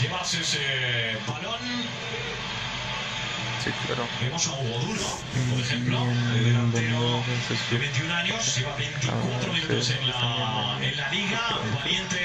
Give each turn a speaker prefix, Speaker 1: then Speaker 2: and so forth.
Speaker 1: llevarse ese balón.
Speaker 2: Sí, claro.
Speaker 1: Vemos a Hugo Duro, por ejemplo, el delantero de 21 años, lleva 24 minutos en la, en la liga, valiente.